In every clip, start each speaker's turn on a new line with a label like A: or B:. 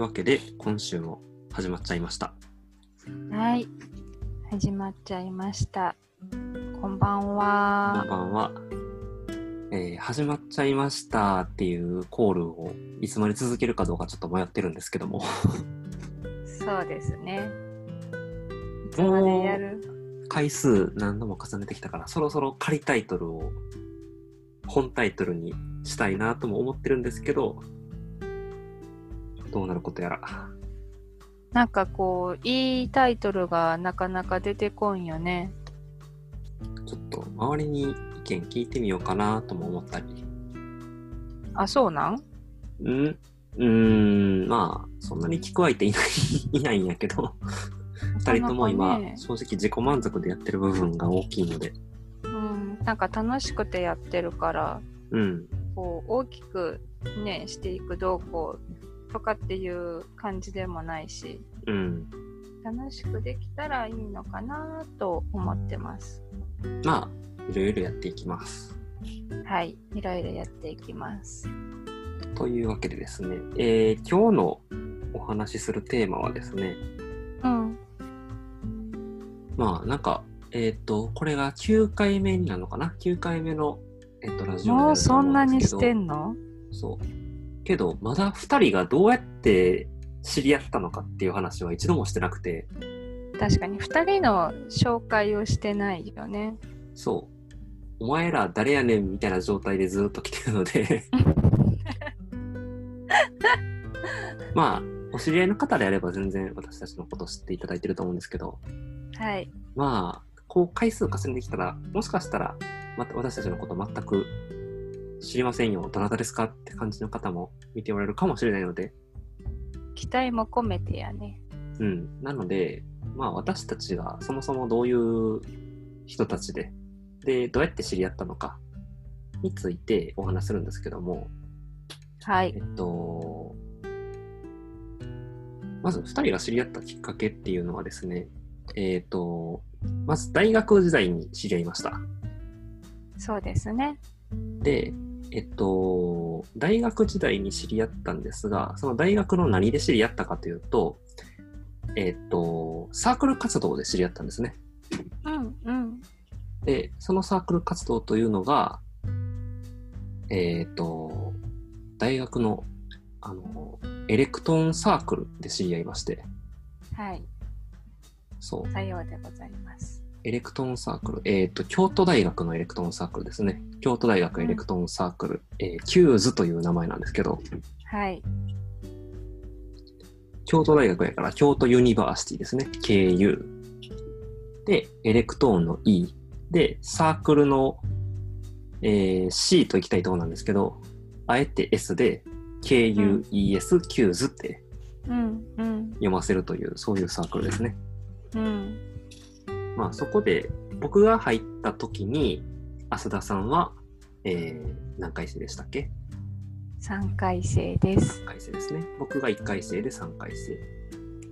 A: わけで、今週も始まっちゃいました。
B: はい。始まっちゃいました。こんばん
A: こ
B: は
A: ん。ばんは。えー始まっちゃいましたっていうコールをいつまで続けるかどうかちょっと迷ってるんですけども、
B: そうですね。いつまでや
A: も
B: る
A: う回数何度も重ねてきたから、そろそろ仮タイトルを本タイトルにしたいなとも思ってるんですけど、どうなることやら。
B: なんかこう、いいタイトルがなかなか出てこんよね。
A: ちょっと周りに意見聞いてみようかなとも思ったり。
B: あ、そうなん
A: うんうーん、まあ、そんなに聞く相手い ないいないんやけど、二人とも
B: な
A: 今、
B: かなかね
A: 正直自己満足でやってる部分が大きいので、
B: うん。なんか楽しくてやってるから、
A: うん、
B: こう、大きくね、していくどうこうとかっていう感じでもないし、
A: うん。
B: 楽しくできたらいいのかなと思ってます。
A: まあ、いろいろやっていきます。
B: はい。いろいろやっていきます。
A: というわけでですね、えー今日のお話しするテーマはですね、
B: うん。
A: まあ、なんか、えっ、と、これが9回目になるのかな ?9 回目の、えっ、と、ラジオになると思うんですけど。
B: もうそんなにしてんの
A: そう。けど、まだ二人がどうやって知り合ったのかっていう話は一度もしてなくて、
B: 確かに2人の紹介をしてないよ ね。
A: そう。お前ら誰やねんみたいな状態でずっと来てるので、 まあ、お知り合いの方であれば全然私たちのことを知っていただいてると思うんですけど、
B: はい。
A: まあ、こう回数重ねてきたら、もしかしたら、また私たちのこと全く知りませんよ、どなたですかって感じの方も見ておられるかもしれないので、
B: 期待も込めてやね。
A: うん、なので、まあ、私たちがそもそもどういう人たちで、で、どうやって知り合ったのかについてお話しするんですけども、
B: は
A: え
B: い。
A: っと、まず2人が知り合ったきっかけっていうのはですね、えっと、まず大学時代に知り合いました。
B: そうですね。
A: で、えっと、大学時代に知り合ったんですが、その大学の何で知り合ったかというと、えっと、サークル活動で知り合ったんですね。
B: うんうん。
A: で、そのサークル活動というのが、えっ、と、大学の、あの、エレクトーンサークルで知り合いまして、
B: はい。
A: そう、
B: さようでございます。
A: エレクトーンサークル、えっ、と、京都大学のエレクトーンサークルですね。京都大学エレクトーンサークル、えーキューズという名前なんですけど、
B: はい。
A: 京都大学やから京都ユニバーシティですね。KU。で、エレクトーンの E。で、サークルの、えー C と行きたいところなんですけど、あえて S で KUESQs って
B: うんうん
A: 読ませるという、そういうサークルですね。
B: うん。
A: まあそこで僕が入った時に、浅田さんは、えー何回生でしたっけ
B: 3回生です。
A: ?1 回生ですね。僕が1回生で3回生。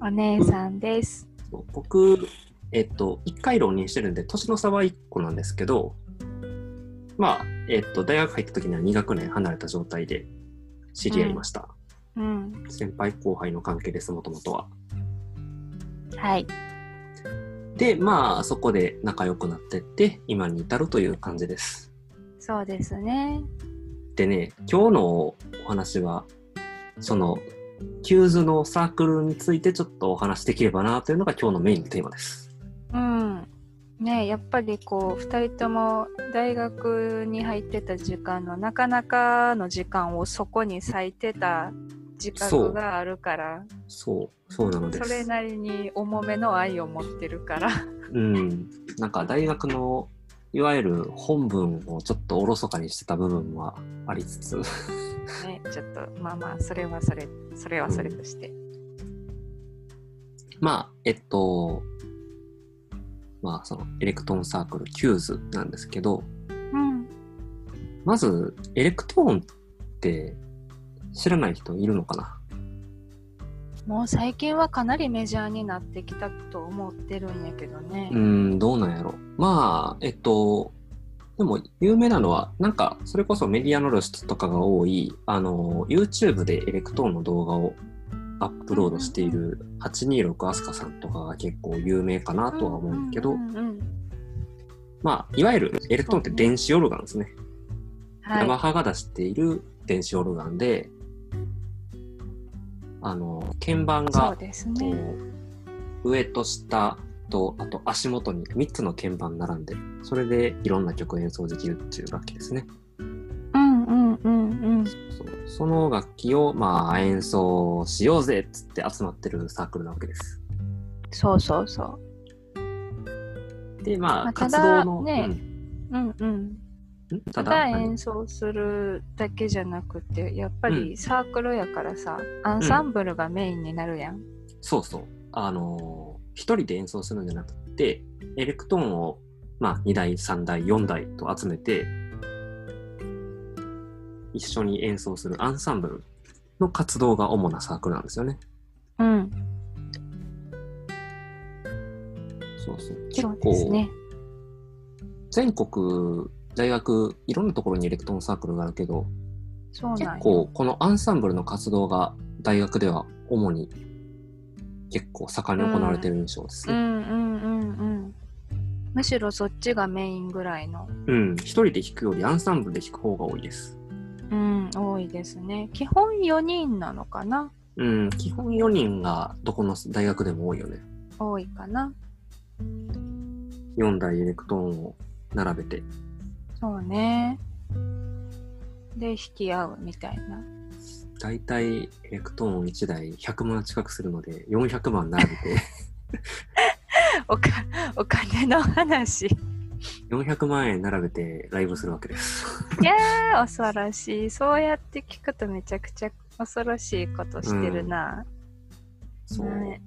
B: お姉さんです。
A: そう僕、えっと、1回浪人してるんで、年の差は1個なんですけど、まあ、えっと、大学入った時には2学年離れた状態で知り合いました。
B: うん。
A: 先輩後輩の関係です、もともとは。
B: はい。
A: で、まあ、そこで仲良くなってって、今に至るという感じです。
B: そうですね。
A: でね、今日のお話は、その、キューズのサークルについてちょっとお話しできればなというのが今日のメインのテーマです。
B: うん。ねえやっぱりこう2人とも大学に入ってた時間のなかなかの時間をそこに割いてた自覚があるから
A: そう、そうなのです。
B: それなりに重めの愛を持ってるから
A: うん、なんか大学のいわゆる本文をちょっとおろそかにしてた部分はありつつ
B: ねちょっとまあまあそれはそれそれはそれとして、
A: まあえっとまあそのエレクトーンサークルキューズなんですけど
B: うん、
A: まずエレクトーンって知らない人いるのかな
B: もう最近はかなりメジャーになってきたと思ってるんやけどね、
A: うんどうなんやろまあえっとでも有名なのはなんかそれこそメディアの露出とかが多いあの YouTube でエレクトーンの動画をアップロードしている826アスカさんとかが結構有名かなとは思うんだけど、
B: んうん
A: まあ、いわゆるエレクトーンって電子オルガンですね。
B: は
A: ヤ
B: い
A: マハが出している電子オルガンで、あの、鍵盤
B: そう
A: が、
B: ですね。
A: こう上と下と、あと足元に3つの鍵盤並んで、それでいろんな曲演奏できるっていう楽器ですね。
B: うんうんうんうん。
A: そうその楽器を、まあ、演奏しようぜっつって集まってるサークルなわけです。
B: そうそうそう。
A: で、ま
B: ま
A: あ、
B: あた
A: 活
B: だ
A: 動の、
B: ねうんうん。
A: うんんた
B: た
A: だ
B: だ
A: 何
B: 演奏するだけじゃなくて、やっぱ
A: う
B: りサークルやからさ、アンサンブルがメインになるやん。
A: そうそう。あのー一人で演奏するんじゃなくて、エレクトーンを、まあ、2台、3台、4台と集めて、一緒に演奏するアンサンブルの活動が主なサークルなんですよね。
B: うん。
A: そうそう。結
B: そうです
A: 構、
B: ね。
A: 全国、大学、いろんなところにエレクトーンサークルがあるけど、
B: そう
A: 結
B: なんや。
A: 構、このアンサンブルの活動が大学では主に結構盛んに行われてる印象です
B: う
A: ね。
B: んうんうんうん。むしろそっちがメインぐらいの。
A: うん、一人で弾くよりアンサンブルで弾く方が多いです。
B: うん、多いですね。基本4人なのかな
A: うん、基本4人がどこの大学でも多いよね。
B: 多いかな
A: 4台エレクトーンを並べて。
B: そうね。で、引き合うみたいな。
A: だいたいエレクトーン1台100万近くするので、400万並べて、
B: おかお金の話。い
A: 400万円並べてライブするわけです。
B: やー、恐ろしい。そうやって聞くとめちゃくちゃ恐ろしいことしてるな。
A: そう、
B: ね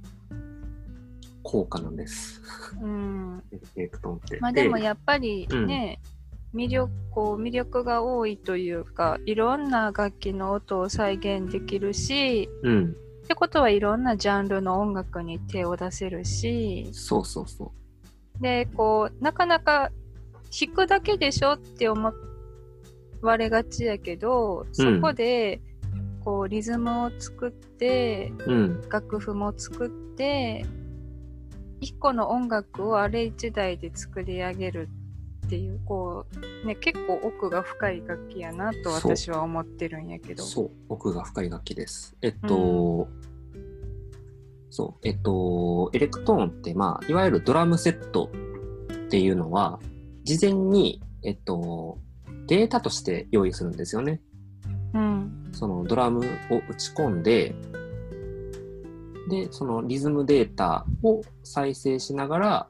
A: 高価なんです。
B: うん。
A: エレクトーンって。
B: まあでもやっぱりね、魅力こう魅力が多いというかいろんな楽器の音を再現できるし
A: うん、
B: ってことはいろんなジャンルの音楽に手を出せるし
A: そうそうそう。
B: でこうなかなか弾くだけでしょって思われがちやけどそこでこうリズムを作って
A: うん、
B: 楽譜も作って一個の音楽をあれ一台で作り上げるっていうこう、ね、結構奥が深い楽器やなと
A: そう
B: 私は思ってるんやけど
A: そう、奥が深い楽器です。えっと、そう、えっと、エレクトーンって、まあ、いわゆるドラムセットっていうのは、事前に、えっと、データとして用意するんですよね。
B: うん
A: そのドラムを打ち込んで、で、そのリズムデータを再生しながら、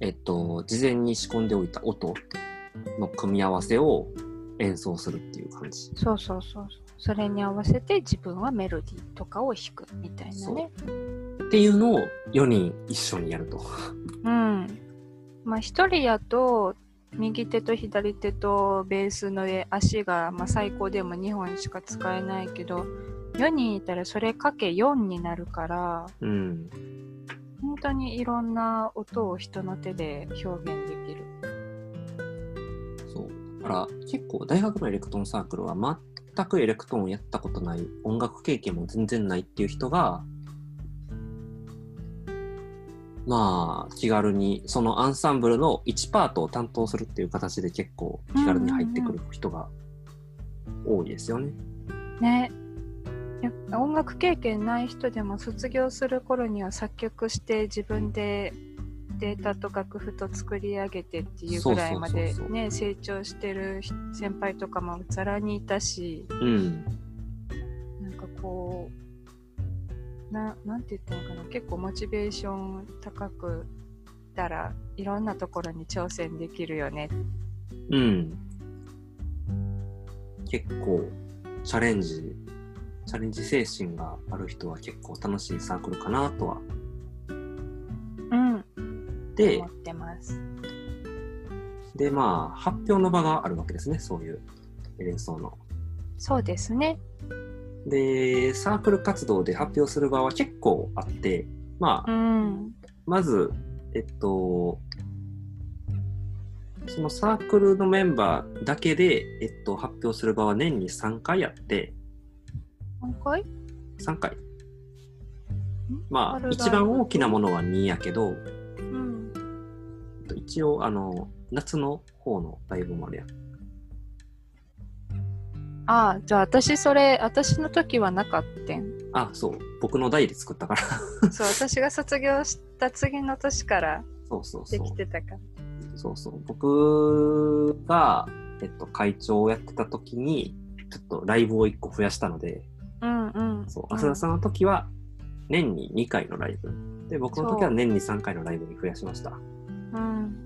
A: えっと、事前に仕込んでおいた音の組み合わせを演奏するっていう感じ。
B: そうそうそうそうそれに合わせて自分はメロディーとかを弾くみたいなね
A: っていうのを4人一緒にやると。
B: うんまあ一人やと右手と左手とベースの足が、まあ、最高でも2本しか使えないけど4人いたらそれかけ4になるから
A: うん、
B: 本当にいろんな音を人の手で表現できる。
A: そう。だから結構大学のエレクトーンサークルは全くエレクトーンをやったことない、音楽経験も全然ないっていう人が、まあ気軽にそのアンサンブルの1パートを担当するっていう形で結構気軽に入ってくる人が多いですよね。
B: ね。やっぱ音楽経験ない人でも卒業する頃には作曲して自分でデータと楽譜と作り上げてっていうぐらいまで
A: そうそうそう
B: ね成長してるひ先輩とかもざらにいたし
A: うん。
B: なんかこうななんて言ったのかな結構モチベーション高くたらいろんなところに挑戦できるよね
A: うん。結構、チャレンジ、チャレンジ精神がある人は結構楽しいサークルかなとは。
B: うん
A: で
B: 思っ、てます。
A: で、まあ、発表の場があるわけですね、そういう演奏の。
B: そうですね。
A: で、サークル活動で発表する場は結構あって、ま
B: う
A: あ、
B: ん。
A: まず、えっと、そのサークルのメンバーだけで、えっと、発表する場は年に3回あって、
B: 何回
A: 3回ま
B: パ
A: あ、
B: ルダ
A: 一番大きなものは2やけど、
B: うん。
A: 一応、あの、夏の方のライブもあるやん。
B: ああ、じゃあ私それ、私の時はなかっ たん。
A: あ、そう。僕の代で作ったから。
B: そう、私が卒業した次の年から
A: そうそうそ
B: で
A: う。
B: きてたから。
A: そうそう。僕が、えっと、会長をやってた時に、ちょっとライブを1個増やしたので、
B: うんうん。
A: そう、浅田さんの時は年に2回のライブ。で、僕の時は年に3回のライブに増やしました。
B: うん。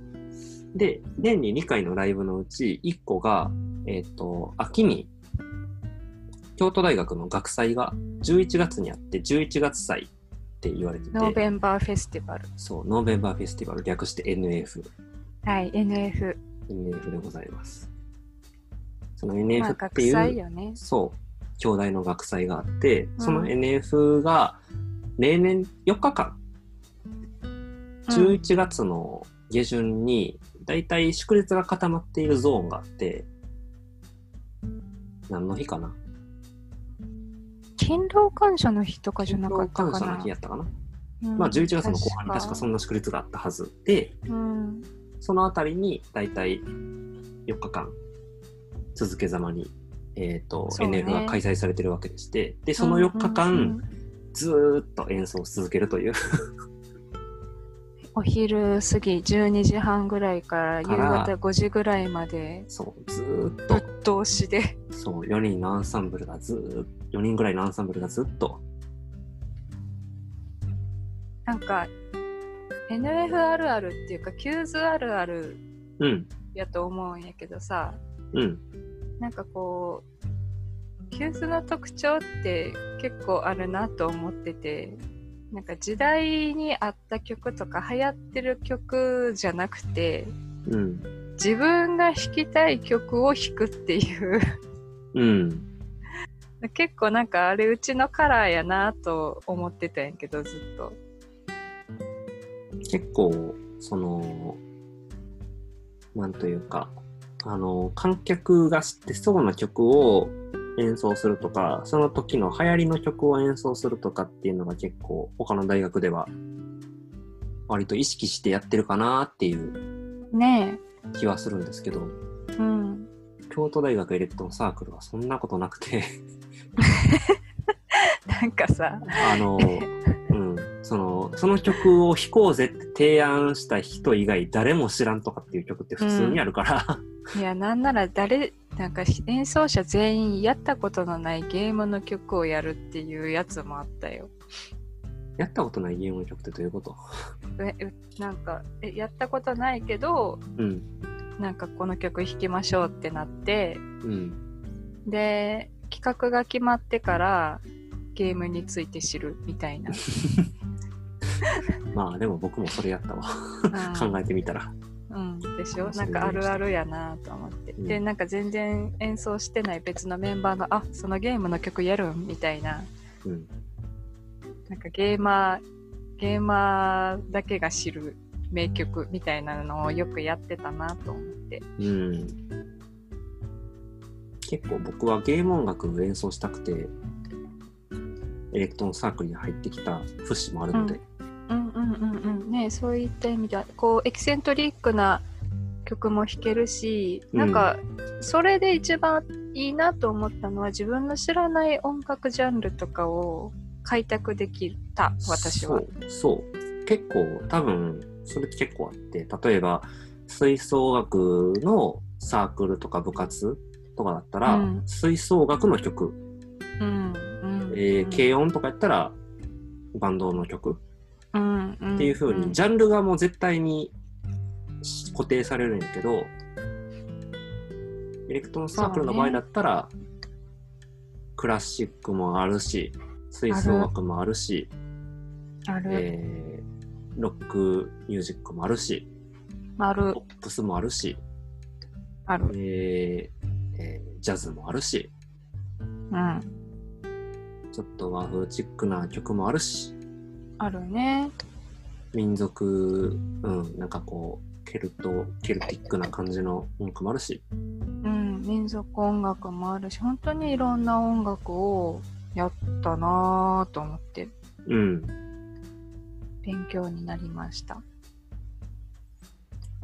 A: で、年に2回のライブのうち1個が、えっ、と、秋に、京都大学の学祭が11月にあって、11月祭って言われて
B: ノー
A: て、
B: ベンバーフェスティバル。
A: そう、ノーベンバーフェスティバル、略して NF、
B: はい、NF。
A: NF でございます。その
B: まあ、
A: NF って
B: 学
A: いう、
B: 祭よね。
A: そう、兄弟の学祭があって、その
B: うん
A: NF が例年4日間、
B: うん
A: 11月の下旬に、だいたい祝日が固まっているゾーンがあって、何の日かな
B: 勤労感謝の日とかじゃなかった
A: 感
B: か
A: 謝
B: な。
A: の日やったかな、
B: うん
A: まあ11月の後半に確かそ
B: うん
A: な祝日があったはずで、
B: うん。
A: そのあたりにだいたい4日間続けざまに、えっ、と、
B: そうね
A: NF が開催されてるわけでして、で、その4日間、
B: うんうんうん
A: ずーっと演奏を続けるという
B: お昼過ぎ12時半ぐらいから夕
A: から
B: 方5時ぐらいまで
A: そう、ずーっ
B: ぶ
A: と
B: っ、通しで
A: そう、4人のアンサンブルがずーっと、4人ぐらいのアンサンブルがずっと、
B: なんか NF あるあるっていうかキューズあるある
A: うん、
B: やと思うんやけどさ
A: うん、
B: なんかこうキューズの特徴って結構あるなと思っててなんか時代に合った曲とか流行ってる曲じゃなくて
A: うん、
B: 自分が弾きたい曲を弾くっていう
A: うん、
B: 結構なんかあれうちのカラーやなと思ってたんやけどずっと
A: 結構、その、なんというか、あの、観客が知ってそうな曲を演奏するとか、その時の流行りの曲を演奏するとかっていうのが結構、他の大学では、割と意識してやってるかなっていう
B: ね
A: 気はするんですけど、
B: えうん
A: 京都大学エレクトロンサークルはそんなことなくて、
B: なんかさ
A: あの、うん、その、その曲を弾こうぜって提案した人以外誰も知らんとかっていう曲って普通にあるから、
B: いやなんなら誰なんか演奏者全員やったことのないゲームの曲をやるっていうやつもあったよ
A: やったことないゲームの曲ってどういうこと
B: ええなんかえやったことないけど
A: うん、
B: なんかこの曲弾きましょうってなって
A: うん、
B: で企画が決まってからゲームについて知るみたいな、
A: まあでも僕もそれやったわ。
B: うん
A: 考えてみたら。
B: うん、でし
A: う
B: ょ
A: ん
B: なんかあるあるやなと思って、
A: うん
B: でなんか全然演奏してない別のメンバーが「あそのゲームの曲やるん?」みたいな
A: うん、
B: なんかゲーマーゲーマーだけが知る名曲みたいなのをよくやってたなと思って
A: うん。結構僕はゲーム音楽を演奏したくて、エレクトーンサークルに入ってきた節もあるので、
B: うんうんうんうんねそういった意味ではこうエキセントリックな曲も弾けるし
A: うん
B: なんかそれで一番いいなと思ったのは自分の知らない音楽ジャンルとかを開拓できた私は。
A: そうそう結構多分それって結構あって例えば吹奏楽のサークルとか部活とかだったら、
B: うん
A: 吹奏楽の曲、
B: うんうん
A: えー軽音とかやったらバンドの曲
B: っ
A: っていう風に、ジャンルがもう絶対に固定されるんやけどエレクトロンサークルの場合だったら、クラシックもあるし吹奏楽もあるし
B: ある、
A: えーロックミュージックもあるし、
B: ある
A: ポップスもあるし、
B: ある
A: えーえージャズもあるし、
B: うん
A: ちょっと和風チックな曲もあるし、
B: あるね
A: 民族、うん、なんかこう、ケルト、ケルティックな感じの音楽もあるし、
B: うん民族音楽もあるし本当にいろんな音楽をやったなぁと思って
A: うん。
B: 勉強になりました。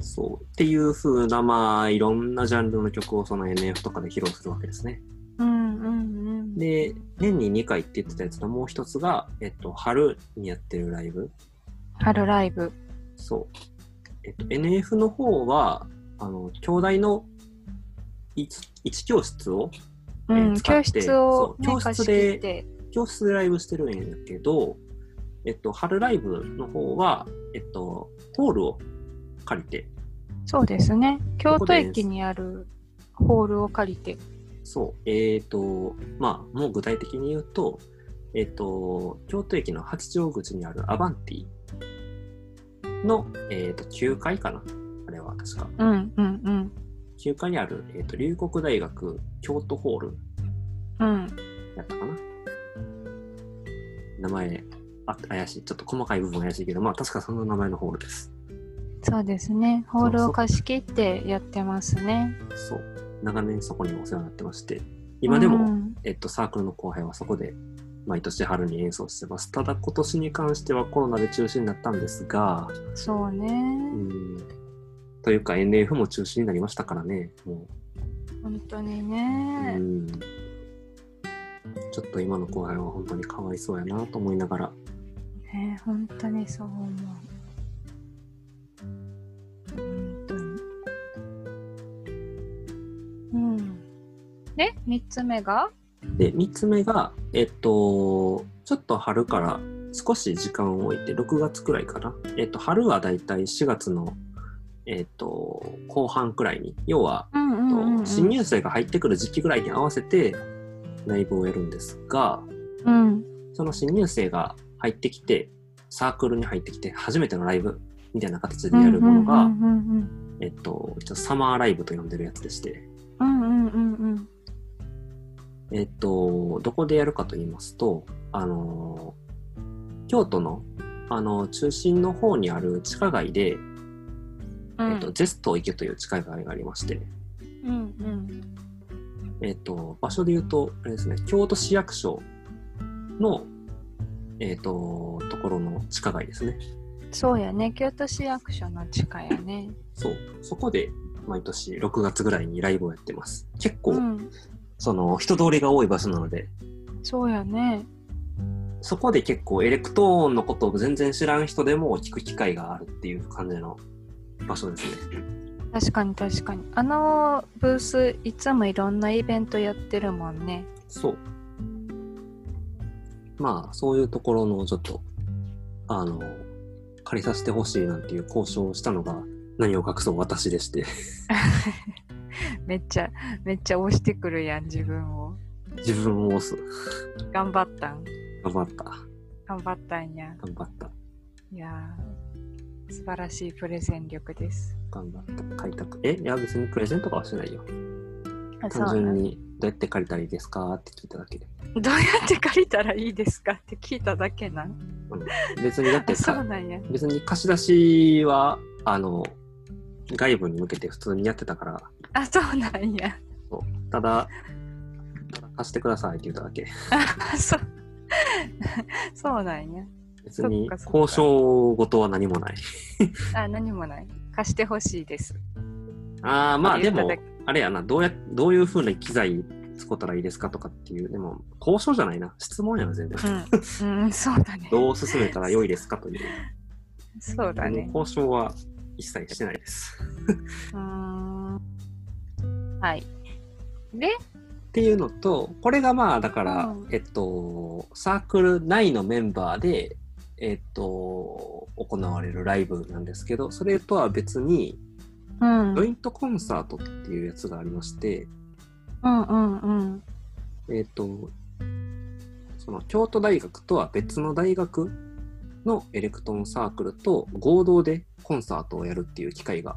A: そう。っていう風な、まあ、いろんなジャンルの曲をその NF とかで披露するわけですね。
B: うんうんうん。
A: で、年に2回って言ってたやつのもう一つが、えっと、春にやってるライブ。
B: 春ライブ。
A: そう。えっと、NF の方は、あの、兄弟の一一教室を、
B: う
A: え
B: ん、
A: ー使っ
B: 教
A: て
B: 室を、ね、
A: そう教
B: 貸
A: 室
B: し
A: で
B: 切って。
A: 教室でライブしてるんやけど、えっと、春ライブの方は、えっと、ホールを借りて、
B: そうですね。
A: こ
B: 京都
A: です
B: 駅にあるホールを借りて。
A: そう、えっ、と、まあ、もう具体的に言うと、えっ、と、京都駅の八丈口にあるアバンティの、えっ、と、9階かなあれは確か。
B: うんうん
A: 9階にある、えっ、と、龍谷大学京都ホール
B: うん。うん。
A: やったかな名前、あ、怪しい。ちょっと細かい部分怪しいけど、まあ、確かその名前のホールです。
B: そうですね。ホール
A: そうそ
B: を
A: う
B: 貸し切ってやってますね。
A: そう。長年そこにお世話になってまして、今でも、
B: うん
A: えっと、サークルの後輩はそこで毎年春に演奏してます。ただ今年に関してはコロナで中止になったんですが、
B: そうね。
A: うん、というか NF も中止になりましたからね、も
B: 本当に
A: う。
B: ね
A: う。ん、ちょっと今の後輩は本当にかわいそうやなと思いながら、
B: ね本当にそう思う。本当に。うん。で、三つ目が
A: で、3つ目が、えっと、ちょっと春から少し時間を置いて、6月くらいかな。えっと、春はだいたい4月の、えっと、後半くらいに、要は、
B: うんう
A: えっと
B: んうんうん。
A: 新入生が入ってくる時期ぐらいに合わせてライブをやるんですが
B: うん。
A: その新入生が入ってきてサークルに入ってきて初めてのライブみたいな形でやるものが、
B: うんうん
A: えっと、一応サマーライブと呼んでるやつでして、
B: うんうんうんうんうんうん。
A: えっと、どこでやるかと言いますとあの京都のあの中心の方にある地下街で、
B: うん
A: えっと、ゼスト池という地下街がありまして、
B: うんうん
A: えっと、場所で言うと、あれですね、京都市役所の、えっと、ところの地下街ですね。
B: そうやね京都市役所の地下やね
A: そう。そこで、毎年6月ぐらいにライブをやってます。結構、
B: うん
A: その、人通りが多い場所なので、
B: そうやね
A: そこで結構エレクトーンのことを全然知らん人でも聞く機会があるっていう感じの場所ですね。
B: 確かに確かにあのブースいつもいろんなイベントやってるもんね
A: そう。まあ、そういうところのちょっと、あの、借りさせてほしいなんていう交渉をしたのが、何を隠そう私でして、
B: めっちゃめっちゃ押してくるやん自分を
A: 自分を押す。
B: 頑張ったん
A: 頑張った。
B: 頑張ったんや
A: 頑張った。
B: いやー素晴らしいプレゼン力です
A: 頑張った。開拓。えいや、別にプレゼントとかはしてないよ。
B: あ
A: 単
B: そうな
A: 純
B: ん
A: に、どうやって借りたらいいですかって聞いただけで。
B: どうやって借りたらいいですかって聞いただけなん
A: 別にだっ
B: あ
A: て
B: そう
A: か、
B: なんや
A: 別に貸し出しは、あの、外部に向けて普通にやってたから、
B: あそうなんや
A: ただ、ただ貸してくださいって言っただけ。
B: あそう。 そうなんや。
A: 別に
B: そっかそっか
A: 交渉事は何もない。
B: あ、何もない。貸してほしいです。
A: ああ、まあ
B: って
A: で
B: 言った
A: も
B: だけ、
A: あれやな、どうや、どういう風な機材使ったらいいですかとかっていう、でも、交渉じゃないな。質問やな、全部。
B: うん、うん、そうだね。
A: どう進めたら良いですかという。
B: そうだね。
A: 交渉は一切してないです。
B: うーん。はい。で、
A: っていうのと、これがまあ、だから、
B: うん
A: えっと、サークル内のメンバーで、えっと、行われるライブなんですけど、それとは別に、
B: うん。う
A: ジョ
B: ん
A: イントコンサートっていうやつがありまして、
B: うんうん。
A: えっ、と、その京都大学とは別の大学のエレクトーンサークルと合同でコンサートをやるっていう機会が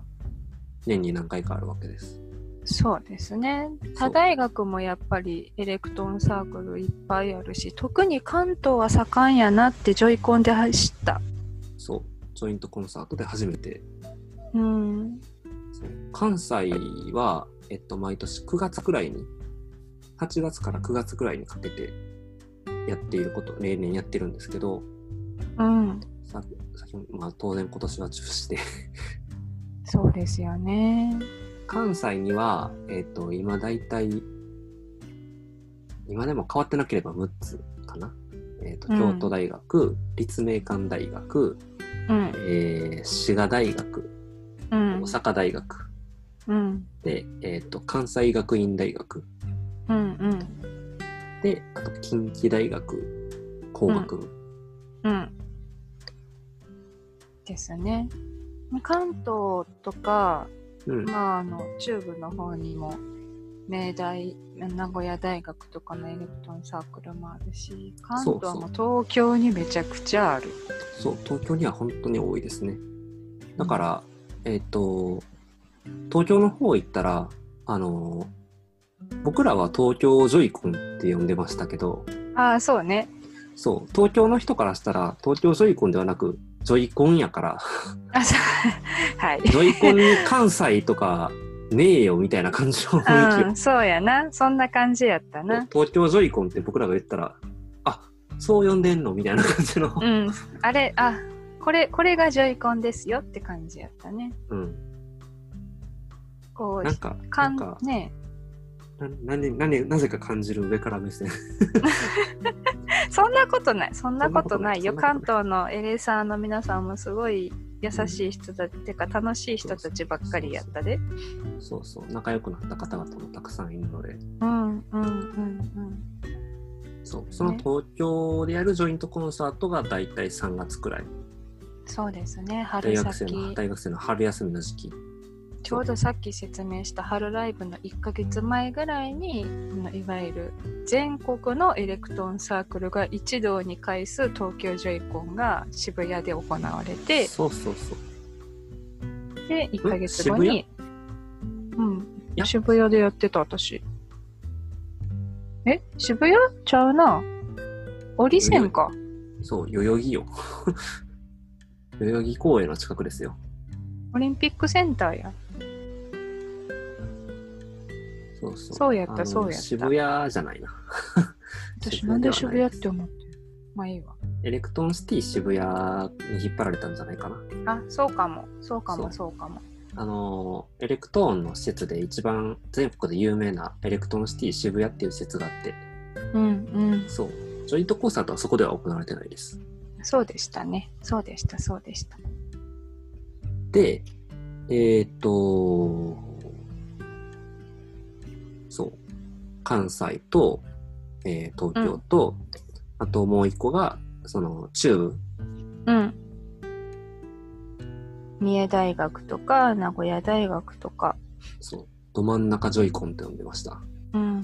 A: 年に何回かあるわけです。
B: そうですね。他大学もやっぱりエレクトーンサークルいっぱいあるし、特に関東は盛んやなってジョイコンで知った。
A: そう、ジョイントコンサートで初めて。
B: うん。
A: そう関西は、えっと、毎年9月くらいに、8月から9月くらいにかけてやっていること、例年やってるんですけど、
B: うん。
A: ささっきも、まあ、当然今年は中止して
B: そうですよね。
A: 関西には、えっ、と、今大体、今でも変わってなければ6つかな。えっ、と、
B: うん
A: 京都大学、立命館大学、
B: うん
A: え。ー滋賀大学、
B: う
A: 大。
B: ん
A: 阪大学、
B: うん。
A: で、えっ、と、関西学院大学、
B: うん。うん。
A: で、あと近畿大学、工学部。
B: うん。ですね。関東とか、
A: うん。
B: まあ、あの、中部の方にも、明大、名古屋大学とかのエレクトンサークルもあるし、関
A: そう
B: 東も東京にめちゃくちゃある。
A: そう、東京には本当に多いですね。だから、えっ、と、東京の方行ったら、あのー僕らは東京ジョイコンって呼んでましたけど、
B: ああ、そうね。
A: そう、東京の人からしたら、東京ジョイコンではなく、ジョイコンや から、
B: あ、そう。はい。
A: ジョイコンに関西とかねえよみたいな感じの雰囲気
B: う
A: を
B: ん、そうやな。そんな感じやったな。
A: 東京ジョイコンって僕らが言ったら、あそう呼んでんのみたいな感じの
B: う、ん。あれ、あ、これ、これがジョイコンですよって感じやったね。
A: うん、
B: こ
A: なん
B: う、
A: か、
B: か
A: なん
B: ん
A: か、
B: ね
A: な何何なぜか感じる上から目線。
B: そんなことない。そんなことないよ。
A: そんな
B: 関
A: こと
B: 東のエレーサーの皆さんもすごい優しい人たち、てか楽しい人たちばっかりやったで。
A: そうそう、仲良くなった方々もたくさんいるので、
B: うんうんうん
A: そうその
B: ね
A: 東京でやるジョイントコンサートが大体3月くらい、
B: うん。そうですね。
A: 大
B: 春
A: 学生
B: 先。
A: の大学生の春休みの時期、
B: ちょうどさっき説明した春ライブの1ヶ月前ぐらいに、あのいわゆる全国のエレクトーンサークルが一堂に会す東京ジョイコンが渋谷で行われて、
A: そうそうそう。
B: で、1ヶ月後に、うん
A: い、や
B: 渋谷でやってた、私。え渋谷ちゃうな。折り線か。
A: そう、代々木よ。 代々木公園の近くですよ。
B: オリンピックセンターや。
A: そうそう。
B: そうやった
A: あの
B: そうやった
A: 渋谷じゃないな。
B: 私
A: 渋
B: なん
A: 谷
B: で
A: は
B: 渋
A: な
B: 谷
A: い
B: って思ってるまあいいわ。
A: エレクトーンシティ渋谷に引っ張られたんじゃないかな。
B: あ、そうかも。そうかも、
A: そ
B: そうかも。
A: あのーエレクトーンの施設で一番全国で有名なエレクトーンシティ渋谷っていう施設があって、
B: うんうん。
A: そう、ジョイントコンサートはそこでは行われてないです。
B: そうでしたね。そうでした、そうでした。
A: で、えーっと、そう、関西と、えー東京と、あともう一個が、その、中部、
B: うん。三重大学とか、名古屋大学とか。
A: そう、ど真ん中ジョイコンって呼んでました。
B: うん。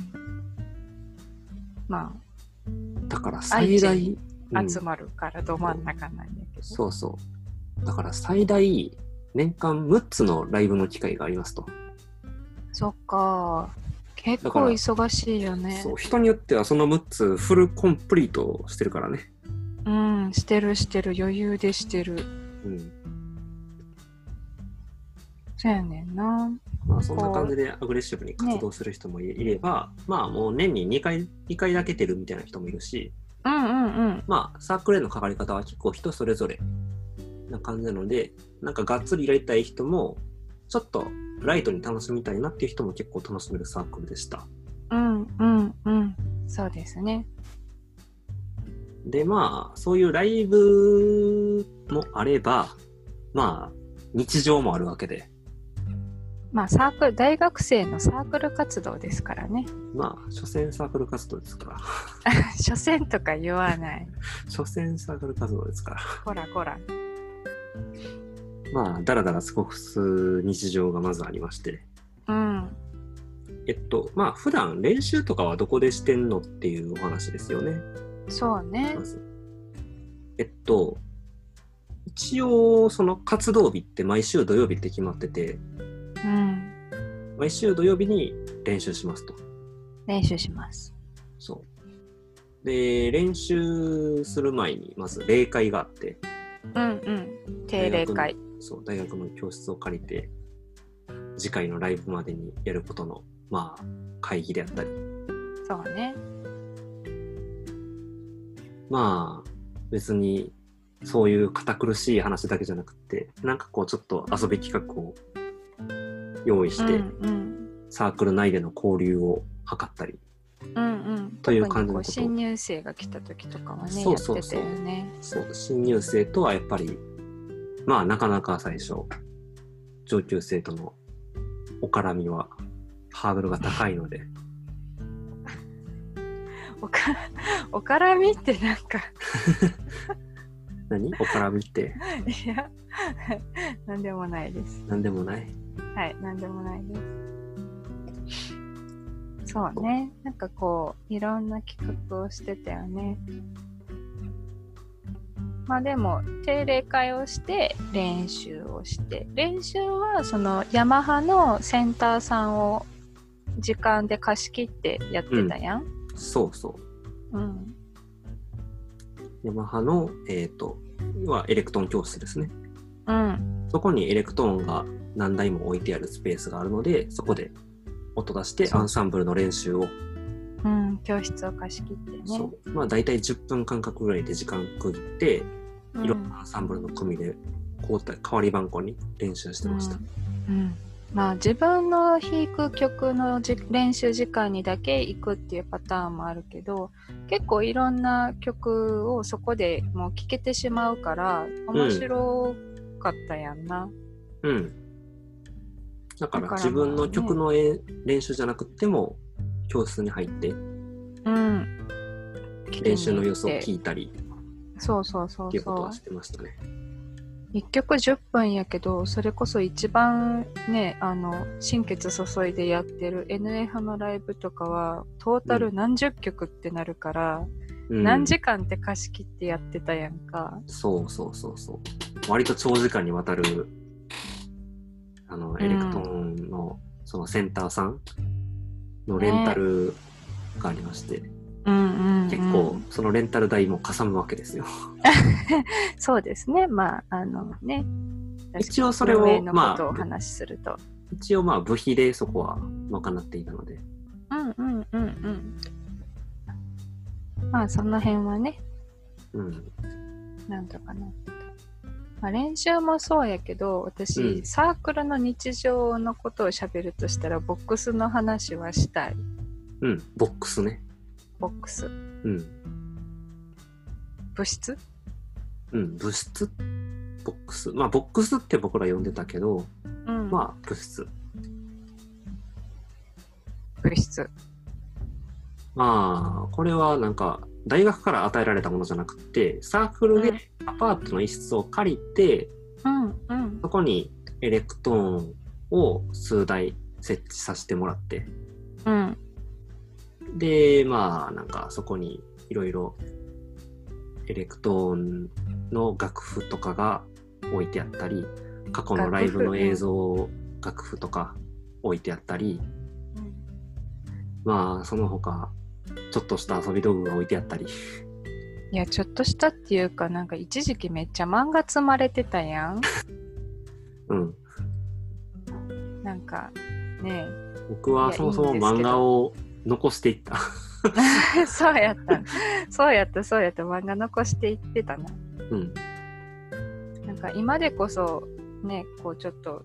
B: まあ、
A: だから最
B: 愛知
A: 大、うん
B: 集まるからど真ん中なんやけど。
A: そうそう。だから最大、年間6つのライブの機会がありますと。
B: そっか。結
A: だか
B: 構
A: ら
B: 忙しいよね。
A: そう、人によってはその6つフルコンプリートしてるからね。
B: うん、してるしてる、余裕でしてる。
A: うん。
B: そうやねんな。
A: まあ、そんな感じでアグレッシブに活動する人もいいれば、まあもう年に2回、2回だけ出るみたいな人もいるし、
B: うんうんうん。
A: まあサークルへの関わり方は結構人それぞれな感じなので、なんかがっつりやりたい人も、ちょっとライトに楽しみたいなっていう人も結構楽しめるサークルでした。
B: うんうんうん。そうですね。
A: で、まあ、そういうライブもあれば、まあ、日常もあるわけで、
B: まあ、サークル、大学生のサークル活動ですからね。
A: まあ、所詮サークル活動ですから、
B: 所詮とか言わない。
A: 所詮サークル活動ですから、
B: こらこら。
A: まあ、だらだら過ごす日常がまずありまして、
B: うん。
A: えっと、まあ、普段練習とかはどこでしてんのっていうお話ですよね、
B: そうね
A: ま。ず。えっと、一応、その活動日って毎週土曜日って決まってて、
B: うん。
A: 毎週土曜日に練習しますと。
B: 練習します。
A: そう。で、練習する前に、まず例会があって、
B: うんうん。定例会。
A: そう、大学の教室を借りて、次回のライブまでにやることの、まあ、会議であったり、
B: そうね。
A: まあ、別にそういう堅苦しい話だけじゃなくて、なんかこうちょっと遊び企画を用意して、
B: うん
A: サークル内での交流を図ったり、
B: うんうんうん、
A: という感じのこと
B: 特にこう新入生が来た時とかはね
A: そうそう
B: やって
A: そう
B: たよね。
A: そう、新入生とはやっぱり、まあなかなか最初、上級生とのお絡みはハードルが高いので、
B: おか お絡みってなんか
A: 何お絡みって
B: いや なんでもないです。
A: 何でもない。
B: はい、なんでもないです。そうね、なんかこう、いろんな企画をしてたよね。まあでも、定例会をして、練習をして、練習はそのヤマハのセンターさんを時間で貸し切ってやってたやん。
A: そうそう。
B: うん。
A: ヤマハの、えっ、と、はエレクトーン教室ですね。
B: うん。
A: そこにエレクトーンが何台も置いてあるスペースがあるので、そこで音出してアンサンブルの練習を、
B: うん、教室を貸し切ってね。
A: そうまあ大体10分間隔ぐらいで時間区切って、
B: うん
A: いろんなアンサンブルの組で交代、代わり番号に練習してました。
B: うんうんまあ、自分の弾く曲のじ練習時間にだけ行くっていうパターンもあるけど結構いろんな曲をそこでもう聴けてしまうから面白かったやんな。
A: うん。だから
B: だから
A: 自分の曲
B: ま
A: のえ練習じゃなくても、教室に入って
B: うん、
A: 練習の様子を
B: 聞いて
A: 聞いたり
B: そうそうそ
A: っ
B: う
A: ていうこと
B: そう
A: はしてましたね。
B: 1曲10分やけどそれこそ一番ねあの心血注いでやってる NF のライブとかはトータル何十曲ってなるから。
A: うん
B: 何時間って貸し切ってやってたやんか。
A: そうそうそうそう。割と長時間にわたる、あの、
B: ん
A: エレクトーンの、そのセンターさんのレンタルがありまして、
B: うん
A: 結構、そのレンタル代もかさむわけですよ。
B: そうですね。まあ、あのね。
A: 一応それを
B: 運営の
A: まあ
B: ことをお話しすると。
A: 一応まあ部費でそこは賄っていたので、
B: うんうんうんうん。まあ、その辺はね、
A: うん。
B: なんとかなってた。まあ、練習もそうやけど、私、
A: うん
B: サークルの日常のことを喋るとしたら、ボックスの話はしたい。
A: うん、ボックスね。
B: ボックス。
A: うん。
B: 部室
A: うん、物質ボックス。まあ、ボックスって僕ら呼んでたけど、
B: うん。
A: まあ、物質。
B: 部室。
A: まあ、これはなんか、大学から与えられたものじゃなくて、サークルでアパートの一室を借りて、
B: うんうん。
A: そこにエレクトーンを数台設置させてもらって、
B: うん。
A: で、まあ、なんかそこにいろいろエレクトーンの楽譜とかが置いてあったり、過去のライブの映像、楽譜とか置いてあったり、まあ、その他、ちょっとした遊び道具が置いてあったり、
B: いや、ちょっとしたっていうか、なんか一時期めっちゃ漫画積まれてたやん。
A: うん。
B: なんか、ね
A: 僕はそもそも漫画を残していった。
B: え そうやった。そうやった、そうやった。漫画残していってたな。
A: うん。
B: なんか今でこそ、ね、こうちょっと、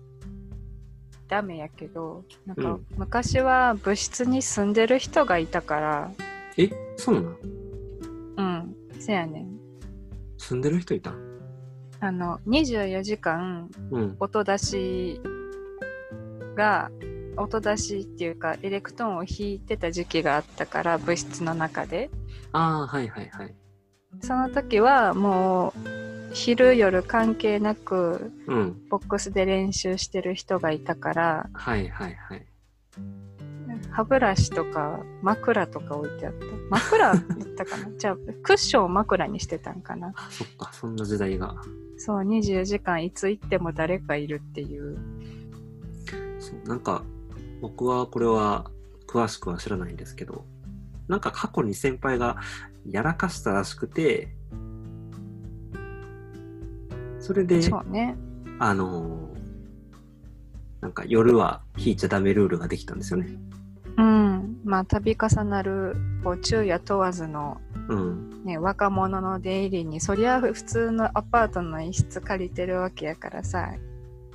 B: ダメやけど、なん
A: う
B: か
A: ん
B: 昔は部室に住んでる人がいたから、
A: え、そうなの
B: うん、せやねん。
A: 住んでる人いた
B: あの、24時間
A: うん。
B: 音出しが音出しっていうかエレクトーンを弾いてた時期があったから物質の中で
A: ああ、はいはいはい。
B: その時はもう昼夜関係なく
A: うん。
B: ボックスで練習してる人がいたから
A: はいはいはい。
B: 歯ブラシとか枕とか置いてあった枕だったかなじゃあクッションを枕にしてたんかな
A: あ、そっか、そんな時代が。
B: そう24時間いつ行っても誰かいるっていう
A: そうなんか、僕はこれは詳しくは知らないんですけど、なんか過去に先輩がやらかしたらしくて、それで、
B: そうね
A: あのーなんか夜は引いちゃダメルールができたんですよね。
B: うんまあ度重なるこう昼夜問わずの
A: うん。
B: ね、若者の出入りにそりゃ普通のアパートの一室借りてるわけやからさ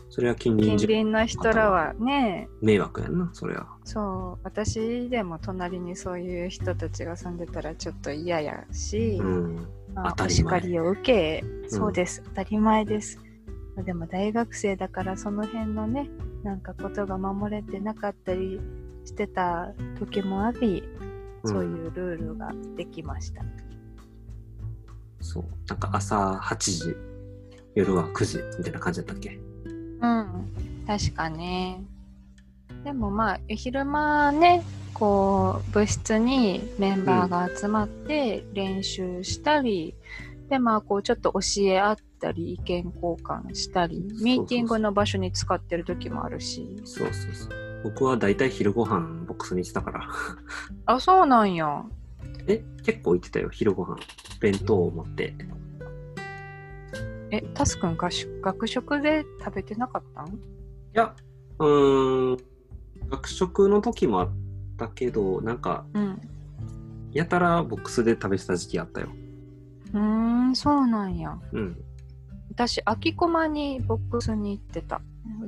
A: それは近
B: 近
A: 隣じゃ
B: 隣の人らはね
A: 迷惑やんな、それは。
B: そう私でも隣にそういう人たちが住んでたらちょっと嫌やし、
A: うん。
B: まあ
A: 当た
B: お
A: り前
B: 叱りを受けそうです、当たり前ですでも大学生だからその辺のねなんかことが守れてなかったりしてた時もありそうい
A: ん。
B: うルールができました、
A: そう。なんか朝8時、夜は9時みたいな感じだったっけ
B: うん、確かね。でもまあ、昼間ね、こう、部室にメンバーが集まって練習したり、でまあ、こう、ちょっと教え合ったり、意見交換したり、ミーティングの場所に使ってる時もあるし。
A: そうそうそう。僕はだいたい昼ご飯ボックスにしてたから。
B: あ、そうなんや。
A: え、結構行ってたよ、昼ご飯。弁当を持って。
B: え、タスくんがし学食で食べてなかったん
A: いや、うーん、学食の時もあったけど、なんか、
B: うん。
A: やたらボックスで食べてた時期あったよ。
B: うーん、そうなんや。
A: うん。
B: 私、秋駒にボックスに行ってた。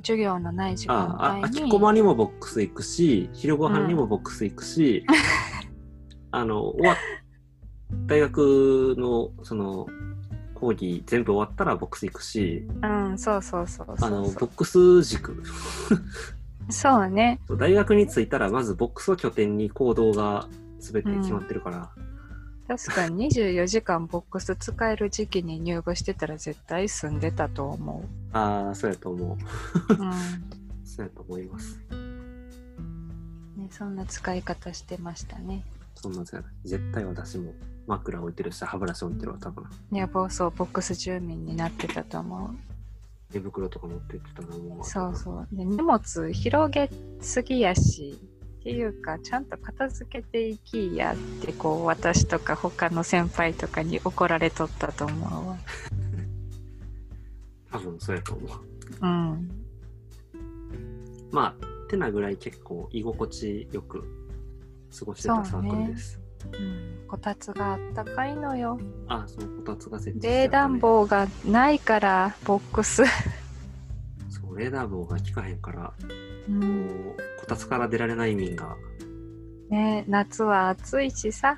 B: 授業のない時間帯
A: あ
B: に。
A: あ、秋駒にもボックス行くし、昼ご飯にもボックス行く し、あの、終わっ、大学の、その、講義全部終わったらボックス行くし、
B: うん、そうそうそうそうそう。
A: あの、ボックス軸。
B: そうね。
A: そう大学に着いたら、まずボックスを拠点に行動が全て決まってるから、
B: 確かに24時間ボックス使える時期に入部してたら絶対住んでたと思
A: ああ、そうやと思う。
B: う。うん。
A: そうやと思います。
B: ね、そんな使い方してましたね。
A: そんなんじゃない。絶対私も枕置いてるし、歯ブラシ置いてるわ、多分。
B: ね、暴走ボックス住民になってたと思
A: 寝袋とか持ってってたのも
B: う。そうそう。で荷物広げすぎやし、っていうか、ちゃんと片付けていきやって、こう、私とか他の先輩とかに怒られとったと思うわ。
A: 多分そうやと思う。
B: うん。
A: まあ、てなぐらい結構居心地よく過ごしてたサークルです。
B: うん、こたつがあったかいのよ。
A: あ、そのこたつが設置してあ
B: 冷
A: ったね
B: 暖。房がないからボックス、
A: そう、冷暖房が効かへんから、もう、こたつから出られない民が。
B: ね夏は暑いしさ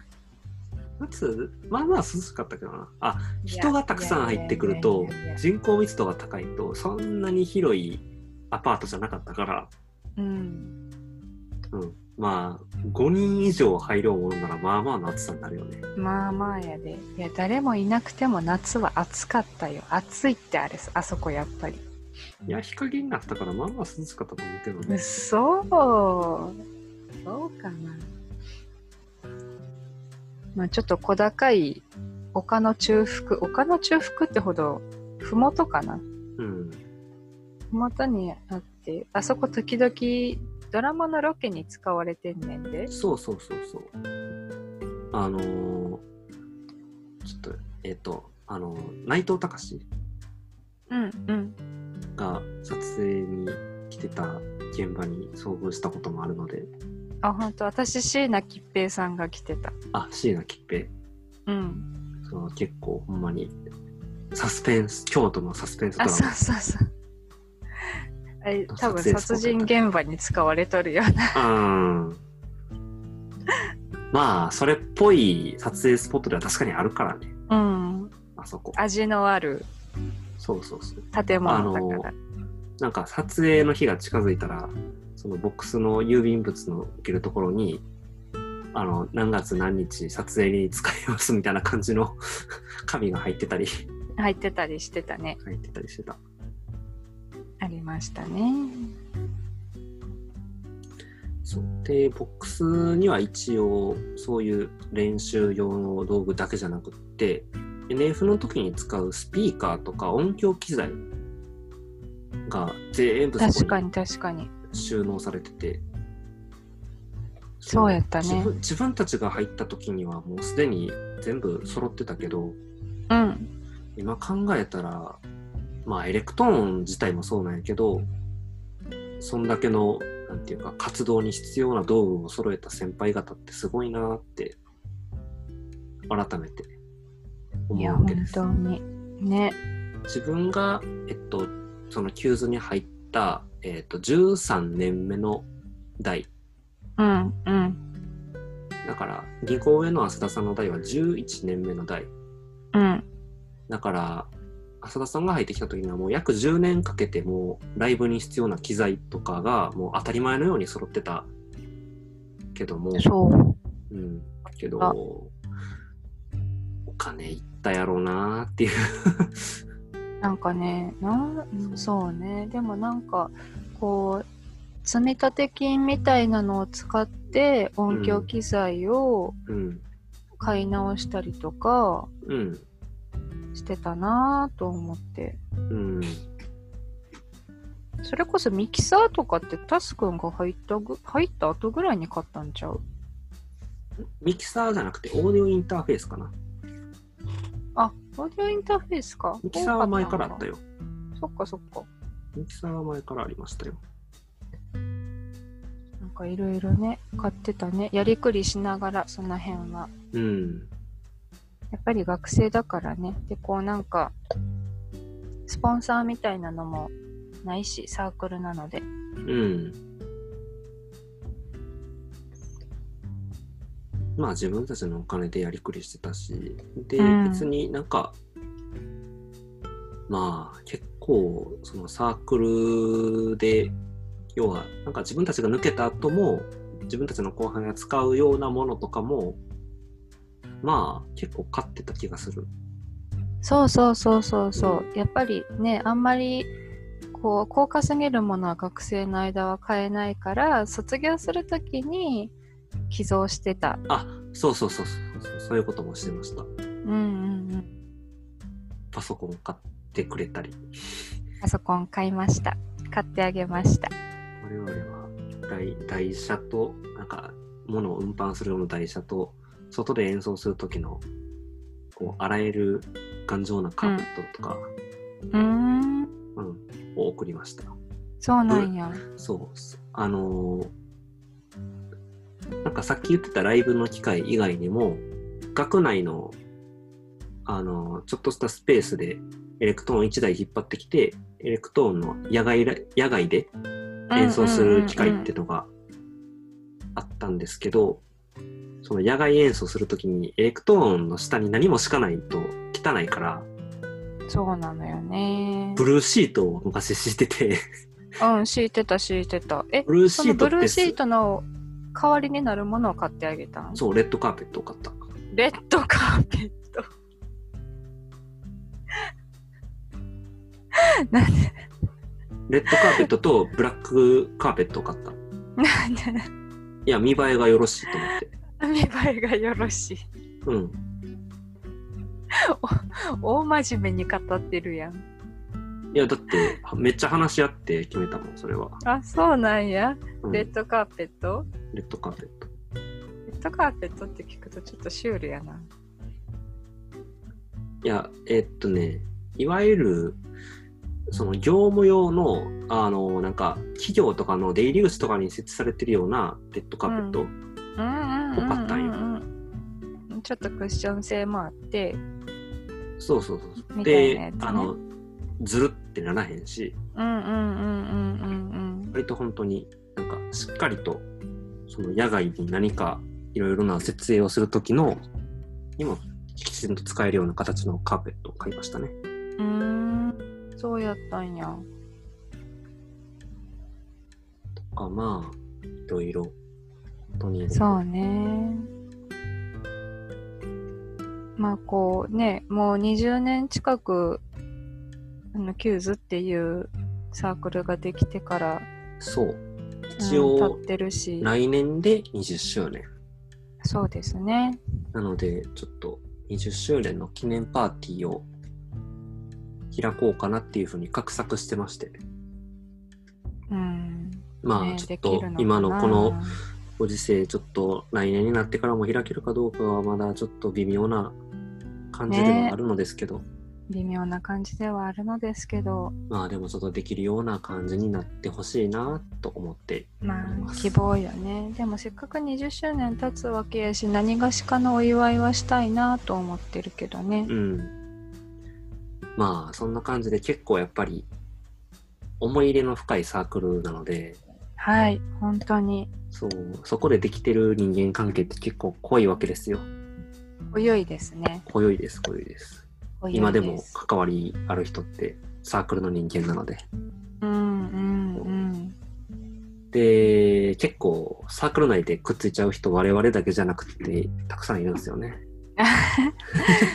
A: 夏、まあまあ涼しかったけどな。あ、人がたくさん入ってくると
B: いやいやいやいや、
A: 人口密度が高いと、そんなに広いアパートじゃなかったから、
B: うん
A: うん、まあ5人以上入ろうものならまあまあの暑さになるよね
B: まあまあやでいや誰もいなくても夏は暑かったよ暑いってあれあそこやっぱり
A: いや日陰になったからまあまあ涼しかったと思うけど
B: う
A: ね
B: そそうかなまあちょっと小高い丘の中腹丘の中腹ってほど麓かな
A: うん
B: 麓にあってあそこ時々ドラマのロケに使われてんねんで
A: そうそうそうそうあのー、ちょっとえっ、とあのー内藤隆
B: うんうん
A: が撮影に来てた現場に遭遇したこともあるので
B: あ本当私椎名桔平さんが来てた
A: あ椎名桔平
B: うん
A: その結構ほんまにサスペンス京都のサスペンスド
B: あ
A: ラ
B: そう
A: マ
B: そうそうあれ多
A: 撮
B: 分
A: 影スポ
B: 殺
A: ットや
B: 人
A: った
B: 現場に使われとるような
A: うんまあ、それっぽい撮影スポットでは確かにあるからね、
B: うん
A: あそこ。
B: 味のある
A: そうそうそう。
B: 建物だから、
A: あなんか撮影の日が近づいたら、そのボックスの郵便物の受けるところに、あの、何月何日撮影に使いますみたいな感じの 紙が入ってたり、
B: 入ってたりしてたね
A: 入ってたりしてた。
B: ありましたね
A: そう。で、ボックスには一応、そういう練習用の道具だけじゃなくって、NF の時に使うスピーカーとか音響機材が全部そ
B: 確
A: こ
B: か
A: に
B: に確かに
A: 収納されてて。
B: そうやったね
A: 自分自分たちが入った時にはもうすでに全部揃ってたけど、
B: うん
A: 今考えたら、まあエレクトーン自体もそうなんやけど、そんだけの、なんていうか、活動に必要な道具を揃えた先輩方ってすごいなーって、改めて
B: い
A: 思
B: や
A: うわ
B: 本
A: けです
B: 当。にね
A: 自分が、えっと、そのキューズに入った、えっと、13年目の代。
B: うんうん
A: だから、銀行上の浅田さんの代は11年目の代。
B: うん
A: だから、浅田さんが入ってきた時にはもう約10年かけてもうライブに必要な機材とかがもう当たり前のように揃ってたけども、
B: そう
A: うん、けど
B: あ、
A: お金いったやろうなっていう。
B: なんかねなんそうねでもなんかこう積立金みたいなのを使って音響機材を
A: うん、
B: 買い直したりとか
A: うん、
B: してたなぁと思って
A: うん。
B: それこそミキサーとかってタスくんが入ったぐ入った後ぐらいに買ったんちゃう
A: ミキサーじゃなくてオーディオインターフェースかな。
B: あオーディオインターフェースか
A: ミキサーは前からあった
B: よ
A: よ。
B: そっかそっか
A: ミキサーは前からありましたよ。
B: なんかいろいろね買ってたねやりくりしながらその辺は
A: うん、
B: やっぱり学生だからねでこうなんかスポンサーみたいなのもないしサークルなので
A: うん。まあ自分たちのお金でやりくりしてたし、で、
B: うん
A: 別になんか、まあ結構そのサークルで、要はなんか自分たちが抜けた後も、自分たちの後輩が使うようなものとかも、まあ結構買ってた気がする。
B: そうそうそうそうそうやっぱりねあんまりこう高価すぎるものは学生の間は買えないから卒業するときに寄贈してた
A: あ、そうそうそうそうそう、そういうこともしてました。
B: うんうんうん
A: パソコン買ってくれたり。
B: パソコン買いました買ってあげました
A: 我々は台台車となんか物を運搬する用の台車と外で演奏する時のこう洗える頑丈なカーペットとか、
B: うーん
A: うんを送りました
B: そうなんや
A: そうすあのーなんかさっき言ってたライブの機会以外にも学内の、あのーちょっとしたスペースでエレクトーン1台引っ張ってきてエレクトーンの野外ラ野外で演奏する機会ってのがあったんですけど、その野外演奏するときにエレクトーンの下に何も敷かないと汚いから、
B: そうなのよね
A: ブルーシートを昔敷いて て、
B: うん敷いてた敷いてたえ
A: ブルー
B: そ
A: シ
B: の
A: ート
B: ブ
A: っ
B: ルー
A: て
B: シー
A: す
B: トの代わりになるものを買ってあげたん
A: そう、レッドカーペットを買った。
B: レッドカーペットなんで
A: レッドカーペットとブラックカーペットを買った。い
B: なんで
A: や、見栄えがよろしいと思って。
B: 見栄えがよろしい
A: うん。
B: 大真面目に語ってるやん
A: いや、だって、めっちゃ話し合って決めたもん、それは。
B: あそうなんや
A: うん、
B: レ
A: レッ
B: ッドカーペット
A: ドカーペット。
B: レッドカーペットって聞くとちょっとシュールやない
A: や、えっとね、いわゆる、その業務用の、あの、なんか、企業とかの出入り口とかに設置されてるようなレッドカーペット。
B: うんうんうん
A: ぽかったんよ
B: うんちょっとクッション性もあって
A: そうそうそうそう。
B: みたい
A: で、
B: なやつね
A: あの、ずるってならへんし、
B: うんうんうんうんうん
A: 割と本当になんか、しっかりと、その野外に何かいろいろな設営をするときの、にも、きちんと使えるような形のカーペットを買いましたね。
B: うんうーんそうやったんや
A: とか、まあ、いろいろ、本当に。
B: そうねまあこうねもう20年近くあのキューズっていうサークルができてから、
A: そう。
B: うん
A: 一応、
B: 経ってるし
A: 来年で20周年
B: そうですね
A: なのでちょっと20周年の記念パーティーを開こうかなっていうふうに画策してまして
B: うん
A: ま
B: ね
A: あちょ
B: で
A: っ
B: き
A: と
B: るかな
A: 今のこのご時世ちょっと来年になってからも開けるかどうかはまだちょっと微妙な感じではあるのですけど、
B: 微妙な感じではあるのですけど、
A: まあでもちょっとできるような感じになってほしいなと思って
B: ま
A: 思いま
B: あ
A: す
B: 希望よね。でもせっかく20周年経つわけやし、何がしかのお祝いはしたいなと思ってるけどね。
A: うんまあそんな感じで結構やっぱり思い入れの深いサークルなので
B: はい、本当に。
A: そうそこでできてる人間関係って結構濃いわけですよ
B: 泳いですね。
A: 濃いです濃いです
B: 濃い
A: 今でも
B: す
A: 関わりある人ってサークルの人間なので
B: うんうんうん。
A: で結構サークル内でくっついちゃう人我々だけじゃなくてたくさんいるんですよね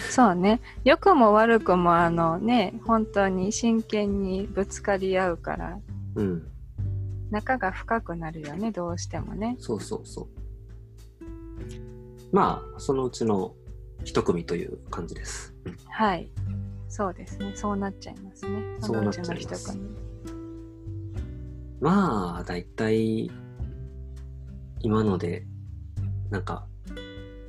B: そうね。良くも悪くも、あのね、本当に真剣にぶつかり合うから、
A: うん
B: 仲が深くなるよね、どうしてもね。
A: そうそうそうまあそのうちの一組という感じです
B: はい。そうですね。そうなっちゃいますね。
A: そうなっちゃいます
B: のうちの一組
A: まあ、だいたい、今ので、なんか、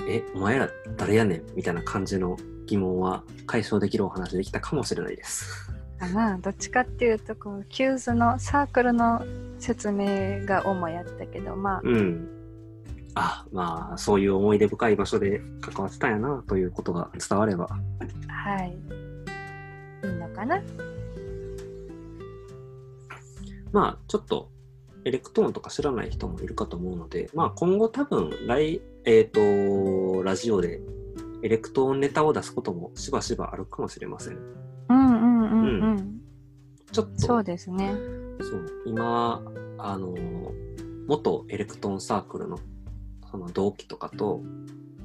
A: え、お前ら誰やねんみたいな感じの疑問は解消できるお話できたかもしれないです。
B: かな。どっちかっていうと、こう、キューズのサークルの説明が主やったけど、まあ、
A: うん。あ、まあ、そういう思い出深い場所で関わってたんやな、ということが伝われば。
B: はい。いいのかな
A: まあ、ちょっと、エレクトーンとか知らない人もいるかと思うので、まあ、今後多分、来、えっ、と、ラジオで、エレクトーンネタを出すこともしばしばあるかもしれません。
B: うんうんうんうん。
A: ちょっと、
B: そうですね。
A: そう今あの元エレクトーンサークルのその同期とかと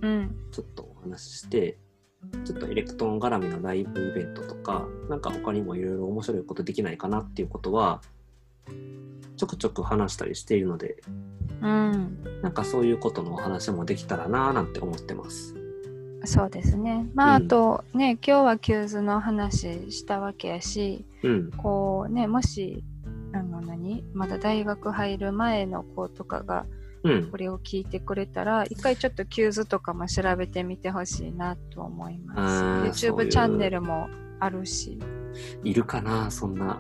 B: うん。
A: ちょっとお話ししてちょっとエレクトーン絡みのライブイベントとかなんか他にもいろいろ面白いことできないかなっていうことはちょくちょく話したりしているので
B: うん。
A: なんかそういうことのお話もできたらなーなんて思ってます
B: そうですね。まあ、あ
A: うん
B: とね、今日はキューズの話したわけやし、
A: うん
B: こうね、もし、あの何まだ大学入る前の子とかが
A: うん
B: これを聞いてくれたら一回ちょっとキューズとかも調べてみてほしいなと思い
A: あー
B: ます
A: そういう
B: YouTube チャンネルもあるし
A: いるかなそん な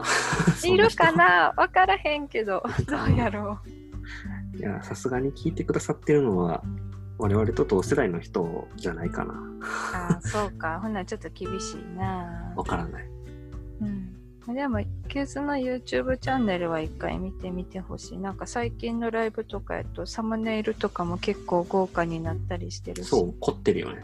A: そん
B: い
A: な
B: る
A: 人
B: かな分からへんけど どうやろ
A: いやさすがに聞いてくださってるのは我々と同世代の人じゃないかな
B: うあーそうかほなちょっと厳しいな
A: わからない
B: うん、でも、キューズの YouTube チャンネルは一回見てみてほしい。なんか最近のライブとかやとサムネイルとかも結構豪華になったりしてるし。
A: そう、凝ってるよね。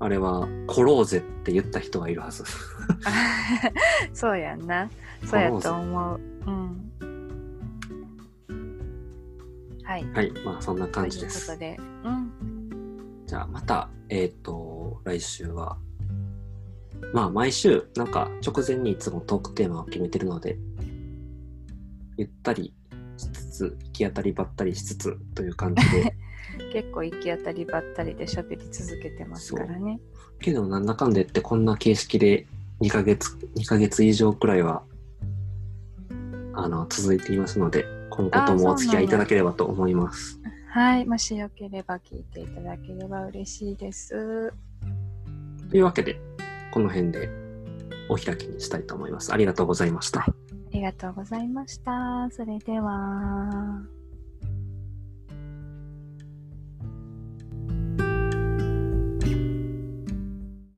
A: あれは、凝ろうぜって言った人がいるはず。
B: そうやんな。そうやと思う。うん。はい。
A: はい、まあそんな感じ
B: とい
A: で
B: うこ
A: す
B: と。で、うん。
A: じゃあまた、えっ、と、来週は、まあ毎週、なんか直前にいつもトークテーマを決めてるので、ゆったりしつつ、行き当たりばったりしつつという感じで、
B: 結構行き当たりばったりで喋り続けてますからね。
A: けどなんだかんでってこんな形式で2ヶ月、2ヶ月以上くらいは、あの、続いていますので、今後ともお付き合いいただければと思います。
B: はい。もしよければ聞いていただければ嬉しいです。
A: というわけで、この辺でお開きにしたいと思います。ありがとうございました。
B: ありがとうございました。それでは。